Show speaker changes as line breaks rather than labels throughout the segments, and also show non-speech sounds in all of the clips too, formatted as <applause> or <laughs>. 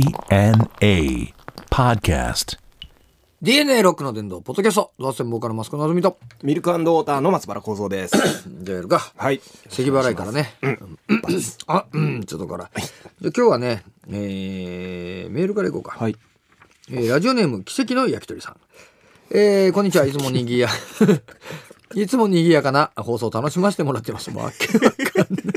DNA Podcast.
DNA ロックの伝道、ポッドキャスト、ドアステンボーカルマスコのぞみと、
ミルクウォーターの松原幸三です。
<coughs> じゃあやるか。
はい。
咳払いからね。うんあ、うん、ちょっとから。じゃあ今日はね、えー、メールからいこうか。
はい。
えーラジオネーム、奇跡の焼き鳥さん。えー、こんにちは。いつもにぎや、 <laughs> いつもにぎやかな放送を楽しませてもらってます。わけわかんない。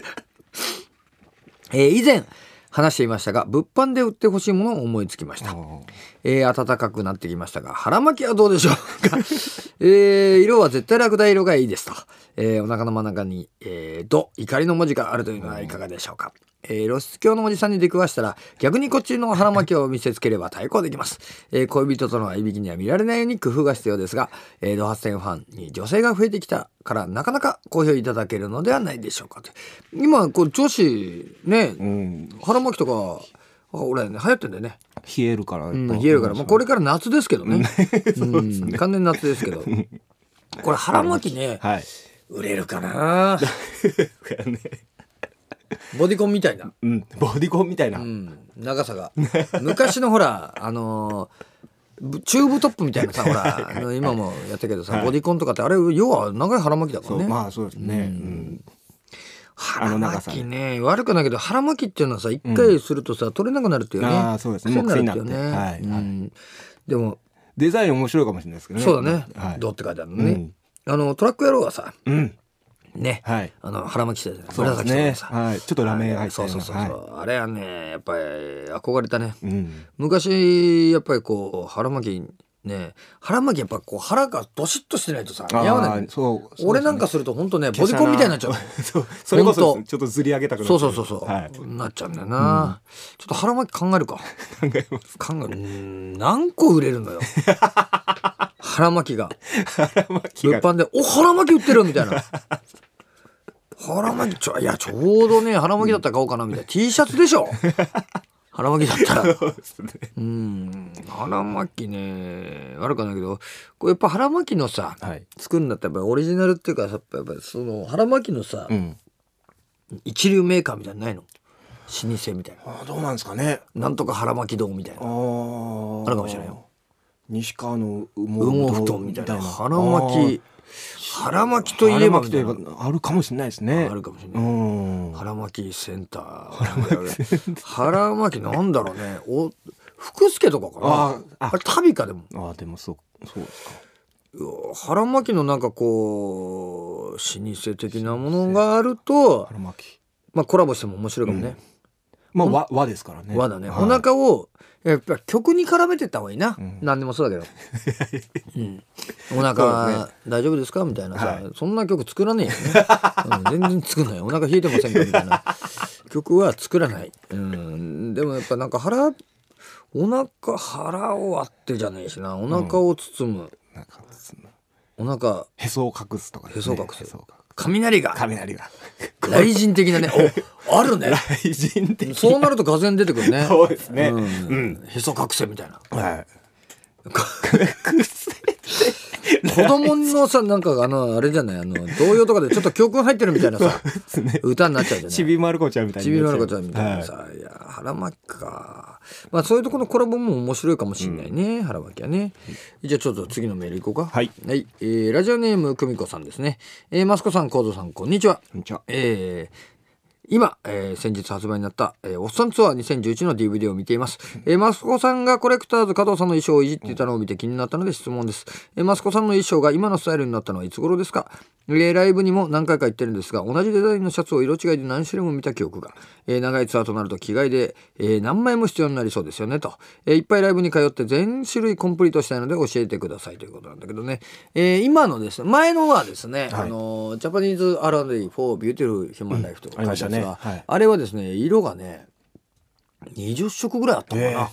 えー以前、話していましたが、物販で売ってほしいものを思いつきました。えー暖かくなってきましたが、腹巻きはどうでしょうか。えー色は絶対ラクダ色がいいですと。えーお腹の真ん中に、えーと怒りの文字があるというのはいかがでしょうか。えー露出狂のおじさんに出くわしたら、逆にこっちの腹巻きを見せつければ対抗できます。えー恋人との合いびきには見られないように工夫が必要ですが、えー、ドハステンファンに女性が増えてきたから、なかなか好評いただけるのではないでしょうかと。今、こう女子、ね、
うん。
腹巻きとか、俺、ね、流行ってんだよね。
冷えるから。
うん、冷えるから、まあ、これから夏ですけど <laughs> ね。うん、完全に夏ですけど。これ腹巻きね、
はい。
売れるかな。
ね。
ボディコンみたいな、
うん。ボディコンみたいな。
うん、長さが。昔のほら、あのーぶチューブトップみたいなさ、ほら、あの今もやったけどさ、ボディコンとかって、あれ、要は長い腹巻きだか
そ
ら
う、
ね。
まあそうですね。うん。あ
腹
の長
巻
さ
きね、悪くないけど、腹巻きっていうのはさ、一回するとさ、取れなくなるっていうね。
あーそうですね
癖になるっていう
もう癖になっ
ね。
て
う
はい
んでも、
デザイン面白いかもしれないですけどね。
そうだね
は。い。
どうって書いてあるのね。あの、トラック野郎はさ、
うん。
ね、
はい
あの腹巻きしてたじゃない
そうです
紫と
ね。
かさ、
はい。ちょっとラメ入って
そうそうそうそう、あれはねやっぱり憧れたね、
うん。
昔やっぱりこう腹巻きね腹巻きやっぱこう腹がどしっとしてないとさ似合わない
あーそう。
俺なんか
か、
すると本当ねボディコンみたいになっちゃう
<laughs> そう。それこ
ほ
そ、
んと
ちょっとずり上げたくなっちゃ
そうそうそうそう、
はい。
なっちゃうんだよな、ちょっと腹巻き考えるか
考えます。
考えるうーん何個売れる
<laughs>
のよ腹巻きが
腹巻き
物
が。
販で「お腹巻き売ってる」みたいな腹巻きちょいやちょうどね腹巻きだったら買おうかなみたいな T シャツで
<laughs>
しょ腹巻きだったら
そうですね。
うん腹巻きね悪くないけどこれやっぱ腹巻きのさ、
はい
作るんだったらやっぱオリジナルっていうかやっぱやっぱその腹巻きのさ、
うん。
一流メーカーみたいなのないの老舗みたいな
あーどうなんですかね。
なんとか腹巻き堂みたいな
あ
あるかもしれないよ。
西川の羽毛
羽毛布団みたいな腹巻き腹巻き
と
と
い
い
え
え
ば
ば
と
み
い
た
え
いな
ばあるかもしれないですね。
あるかもしれない
うん。
腹巻きセンター。腹巻きなんだろうね。お、福助とかかな。あ
ああ
れ、旅かでも。
ああでもそうそうですか。
うわ腹巻きのなんかこう、老舗的なものがあると、
腹巻き。
まあコラボしても面白いかもね。
まあ和和ですからね。
和だね。
はい
お腹を、やっぱ曲に絡めてった方がいいな。
ん
何でもそう
<laughs>
だけど。うんお
そう
腹
で
大丈夫ですかみたいな
は
さ
い、
そんな曲作らねえよね。うん全然作らない。お腹冷えてませんかみたい
<laughs>
な。曲は作らない。うん。でもやっぱなんか腹、お腹、腹を割ってじゃねえしな。お腹を包む。
なんかその
お腹、
へそを隠すとかです、
へそを隠す
へそを隠
雷が、<laughs>
雷が。
雷神的
<laughs>
なね。お、あるね。
雷神的。
そうなると俄然出てくるね。
そうですね。
うんへそ隠せみたいな。
はい。
子供のさなんかあのあれじゃないあの童謡とかでちょっと教訓入ってるみたいなさ歌になっちゃうじゃない
ちびまる子ちゃんみたいな。
ちびまる子ちゃんみたいな
は
さ、い、や腹巻きかまあそういうとこのコラボも面白いかもしれないね、腹巻きはねじゃあちょっと次のメールいこうか
はい、。
えーラジオネーム久美子さんですねえーマスコさんコウゾさんこんにちはい
こんにちは。
えー今、えー先日発売になった、えーおっさんツアー2011の DVD を見ています。えー、マスコさんがコレクターズ加藤さんの衣装をいじっていたのを見て気になったので質問です。えーマスコさんの衣装が今のスタイルになったのはいつ頃ですか、えーライブにも何回か行ってるんですが、同じデザインのシャツを色違いで何種類も見た記憶が。えー長いツアーとなると着替えで、えー何枚も必要になりそうですよねと、えーいっぱいライブに通って全種類コンプリートしたいので教えてくださいということなんだけどね。えー今のですね、前のはですね、あのージャパニーズ R&E for Beautiful Human Life とか書いてあるんですが、
ありましたねはい
あれはですね、色がね、20色ぐらいあったのかな。
えー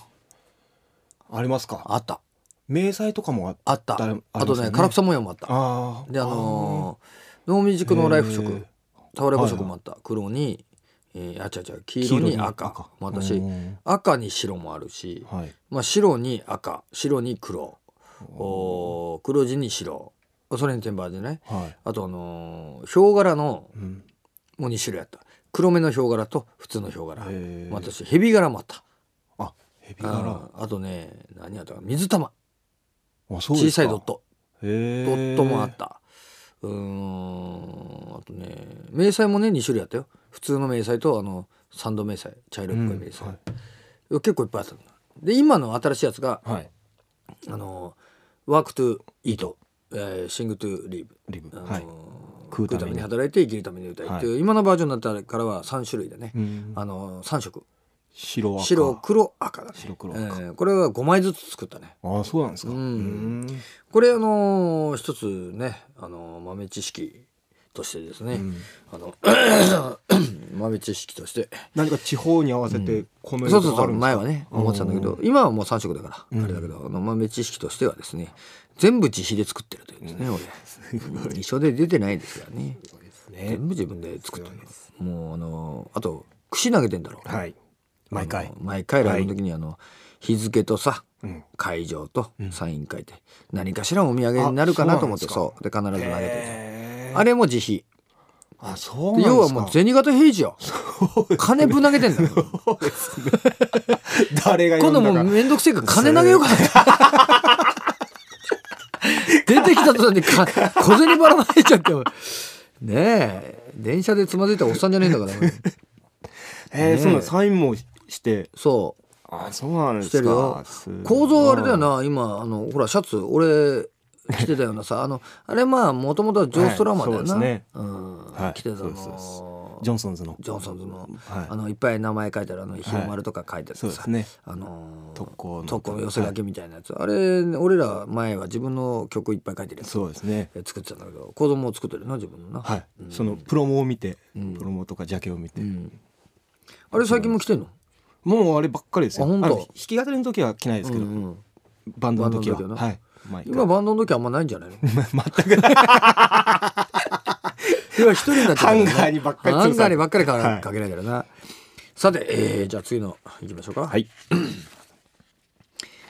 ありますか。
あった。
迷彩とかもあ
あった。
だいぶ
あとね、
りますよ
唐草模様もあった。
ああ。
で、あのーノーミュージックノーライフ
へ
色
ー、
倒れ子色もあった。黒に、えーあちゃちゃ、黄色に赤。もあったし、
うん
赤に白もあるし、
はい。
まあ、白に赤白に黒おー黒地に白それにテンバーでね
はい。
あとあのーヒョウ柄の
うん。
もう2種類あった黒目のヒョウ柄と普通のヒョウ柄
へー
またしヘビ柄もあった
あ、エビ
あ
柄。
あとね何やったか水玉
あ、そうで
小
すか
さいドッ。ト
へえ。
ドットもあっ。たうーんあとね迷彩もね2種類あったよ普通の迷彩とあのサンド迷彩茶色
う
っ
ん
ぽい迷彩、
はい
結構いっぱいあったんだで今の新しいやつが
はい。
「あのワークトゥイート」えー「シングトゥリーブ」
リブ。
あの
はい。
食
食
う
う
た
た
め
め
に
に
働いて生きるために歌い」っていう、今のバージョンになったからは3種類だね、
うん
あの3色
白赤。
白黒赤だね
白黒
え
赤
ーこれは5枚ずつ作ったね
あ、そうなんですか。
う
うんん。
これあのー一つね、あのー豆知識としてですね、
うん
あの <coughs> 豆知識として
何か地方に合わせてこの
そうそうそ
あ
う
るんです
前
か
はね思ってたんだけど今はもう3色だから、
うん
あれだけどあの豆知識としてはですね全部自費で作ってるというんですね、俺一緒で出てないですからね
ね
全部自分で作ってるもうあのーあと串投げてんだろ
はい。毎
あ
回
の。毎回ライブの時にあの、日付とさ
うん。
会場とサイン会で何かしらお土産になるかなと思って
あ
そ
そう
で必ず投げてるんですよ
へー
あれも自費。
あ、そうなんですか。
要はもう銭形平次よ。金ぶん投げてんだよ。
<laughs> 誰が
今
呼
度
ん
も
だ
う
か。
めんどくせえから金投げようかなって。出てきた途端にか小銭ばらまいちゃって。ねえ、電車でつまずいたおっさんじゃねえんだから。
えー、そうなんサインもして。
そ
あ、そうなん
う、
で
して
す
るよ
か。すごい。
構造あれだよな、今、あの、ほら、シャツ、俺、着てたようなさ、あの、あれまあ、もともとはジョーストラマだよな。
はいそうですね
うん、
はい
着てた
そうですそうです
の。
ジョンソンズの。
ジョンソンズの、
はい
あのいっぱい名前書いてあるあの日の丸とか書いてあるさ、
そうですね。
あのー
特攻の
特攻の寄せ書きみたいなやつ、あれ俺ら前は自分の曲いっぱい書いてるやつ
そうですね。
作ってたんだけど子供を作ってるな自分のな、
はい。そのプロモを見て、プロモとかジャケを見て。
あれ最近も来てんの
もうあればっかりですよ。
あ本当
の弾き語りの時は着ないですけど、
うんうん
バンドの時は。
バンドの時は
は。
ない
毎回
今バンドの時あんまないんじゃないの
<laughs> 全く
今一人になっちゃったからね
ハンガーにばっかり
ハンガーにばっかりか,、
はい
かけないからなさて、えーじゃあ次のいきましょうか
はい。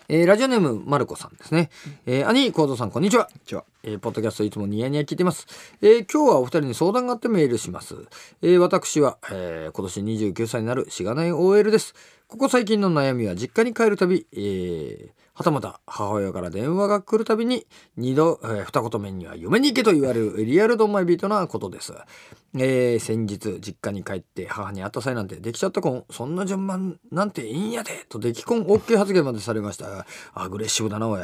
えーラジオネームまるこさんですね、えー、兄幸三さんこんにちは
じゃあ、
えーポッドキャストいつもニヤニヤ聞いてます、えー今日はお二人に相談があってメールします、えー私は、えー今年29歳になるしがない OL ですここ最近の悩みは実家に帰るたび、えーはたまた母親から電話が来るたびに二度、えー二言目には嫁に行けと言われるリアルドンマイビートなことです、えー先日実家に帰って母に会った際なんてできちゃった婚そんな順番なんていいんやでと出来婚 OK 発言までされましたアグレッシブだなおい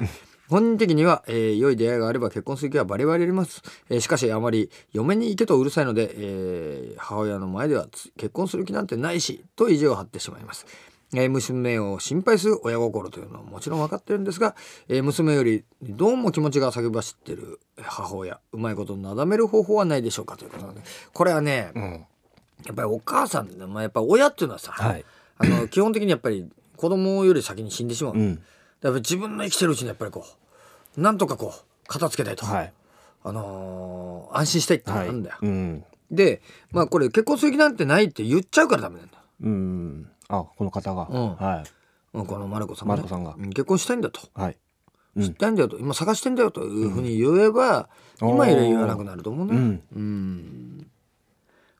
本人的には、えー良い出会いがあれば結婚する気はバリバリあります、えーしかしあまり嫁に行けとうるさいので、えー母親の前ではつ結婚する気なんてないしと意地を張ってしまいます、えー娘を心配する親心というのはもちろん分かってるんですが、えー娘よりどうも気持ちが叫ばしてる母親うまいことなだめる方法はないでしょうかということなんでこれはね
うん。
やっぱりお母さん、まあ、やっぱ親っていうのはさ、
はい。
あの基本的にやっぱり子供より先に死んでしまう、
うん。
やっぱり自分の生きてるうちにやっぱりこうなんとかこう片付けたいと、
はい。
あのー安心したいってのがあ
はい。
るんだよ、
うん。
でまあこれ結婚する気なんてないって言っちゃうからダメなんだ、
うん。あ、この方が。
うん
は
うん、このマルコさんが,、
マルコさんが
うん結婚したいんだと
い。はい。う
知っ
ん。
たいんだよと今探してんだよというふうに言えば、
うん
今より言わなくなると思うね
う、ん。
うん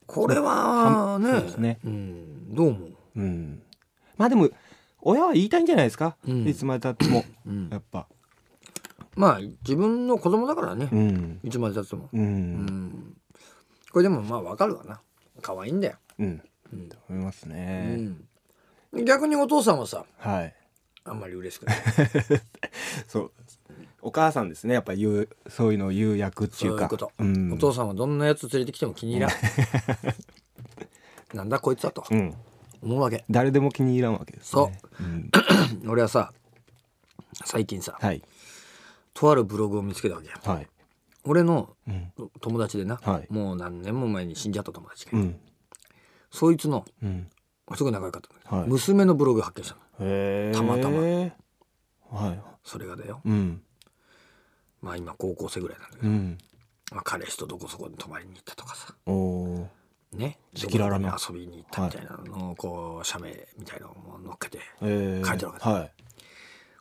これはね
そうですね
うん、どう思う
うん。まあでも、親は言いたいんじゃないですか。
うん
いつまでたっても。
ん
やっぱ。
まあ自分の子供だからね、
うん。
いつまでたっても、
う。
うんん、これでもまあわかるわな可愛いんだよ
うん。
うん
と思いますね。
うん、逆にお父さんはさ
はい。
あんまり嬉しくない
<laughs> そう。お母さんですね。やっぱ言う、そういうのを言う役って
そ
いうう
いう
か。
こと、
ん
お父さんはどんなやつ連れてきても気に
<laughs>
入らんなんだこいつだと
うん。
思うわけ
誰でも気に入らんわけです、ね。そう。ん、
俺はさ最近さ
はい。
とあるブログを見つけたわけよ
はい。
俺の
うん。
友達でな、
はい
もう何年も前に死んじゃった友達が、
うん。
そいつの
うん。
すごい長かったんだけど、
はい
娘のブログ発見したの
へえ。
たまたま
はい。
それがだよ
うん。
まあ今高校生ぐらいなんだけど、
うん。
まあ、彼氏とどこそこに泊まりに行ったとかさ
おお
ね、
赤裸々な
どこに遊びに行ったみたいなのをこう社名みたいなのを乗っけて
ー。え
書いてあるわけだ
はい。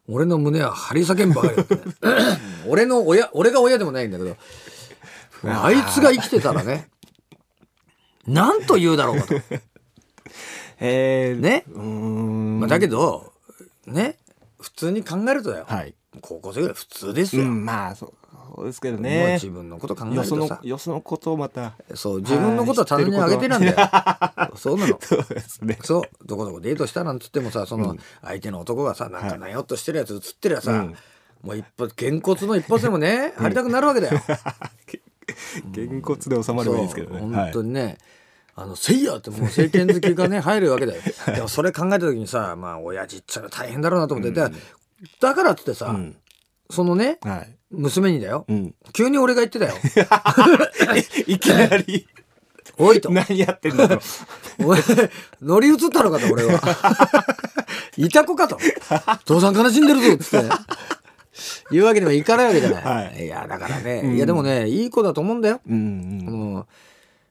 俺の胸は張り裂けんばかりだ
<laughs>
ったね俺の親俺が親でもないんだけどあいつが生きてたらねなん
<laughs>
と言うだろうかと、
えー、
ね
うーん。
まあ、だけどね普通に考えるとだよ、
はい。
高校生ぐらい普通です
う
よ、
ん、まあそうそうですけど
もう
ね
自。分のこと考える
よそ
と
の
さ
よそのことをまた。 <laughs>
そう自分のことは棚に上げてなんだよそうなの
そうですね。
そうどこどこデートしたなんつってもさその相手の男がさなんかなよっとしてるやつ映ってりゃさ、
うん
もう一発げんこつの一発でも
<laughs>
ね張りたくなるわけだよ。
げんこつで収まればいいですけどね。
そう
は
本
い
当にね、あのせいやってもう政権好きが
<laughs>
ね入るわけだよ。でもそれ考えた時にさまあ親父っちゃら大変だろうなと思って、だだからっつってさ、
うん
そのね
はい。
娘にだよ、
うん。
急に俺が言ってたよ「
<laughs> いきなり
おい」と
何やってんだと。
「お前乗り移ったのか」と俺
<laughs>
は「いた子か」と「父さん悲しんでるぞ」っつって。言うわけにもいかないわけじゃない。、
はい
やだからね、いやでもねいい子だと思うんだよ。
<laughs> うんうん。
もう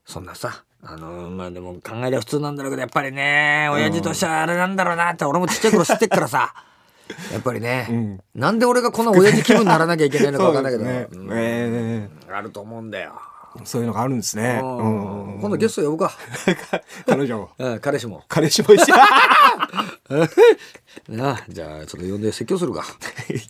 そんなさあのまあでも考えりゃ普通なんだろうけどやっぱりね親父としてはあれなんだろうなって俺もちっちゃい頃知ってっから
<laughs>
さやっぱりね、
ん
なんで俺がこんな親父気分にならなきゃいけないのか分かんないけど、
そうですねえ
うんあると思うんだよ。
えそういうのがあるんですね。
う
うんん <laughs> うんうん
今度ゲスト呼ぶか、
彼女を
うん、彼氏も。
彼氏も一緒。 <laughs>
なあじゃあちょっと呼んで説教するか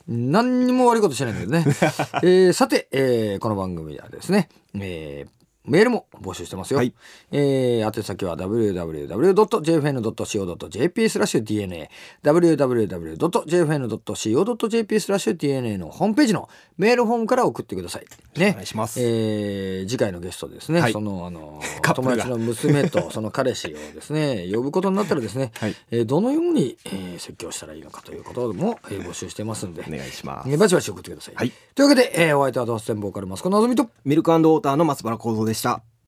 何にも悪いことしてないんだよね、えーさて、えーこの番組はですね、えーメールも募集してますよ、
はい
えー宛先は www.jfn.co.jp スラッシュ DNA www.jfn.co.jp スラッシュ DNA のホームページのメールフォームから送ってくださいね
お願いします
えー次回のゲストですね、
はい
そのあの
<laughs> カップ
友
ルが
達の娘とその彼氏をですね呼ぶことになったらですね、
はい
えーどのように、えー説教したらいいのかということも、えー募集してますんで、
お願いします
えーバチバチ送ってください。
はい
というわけで、えーお相手はドハステンボーカルマスコのぞみと
ミルクウォーターの松原幸三でした。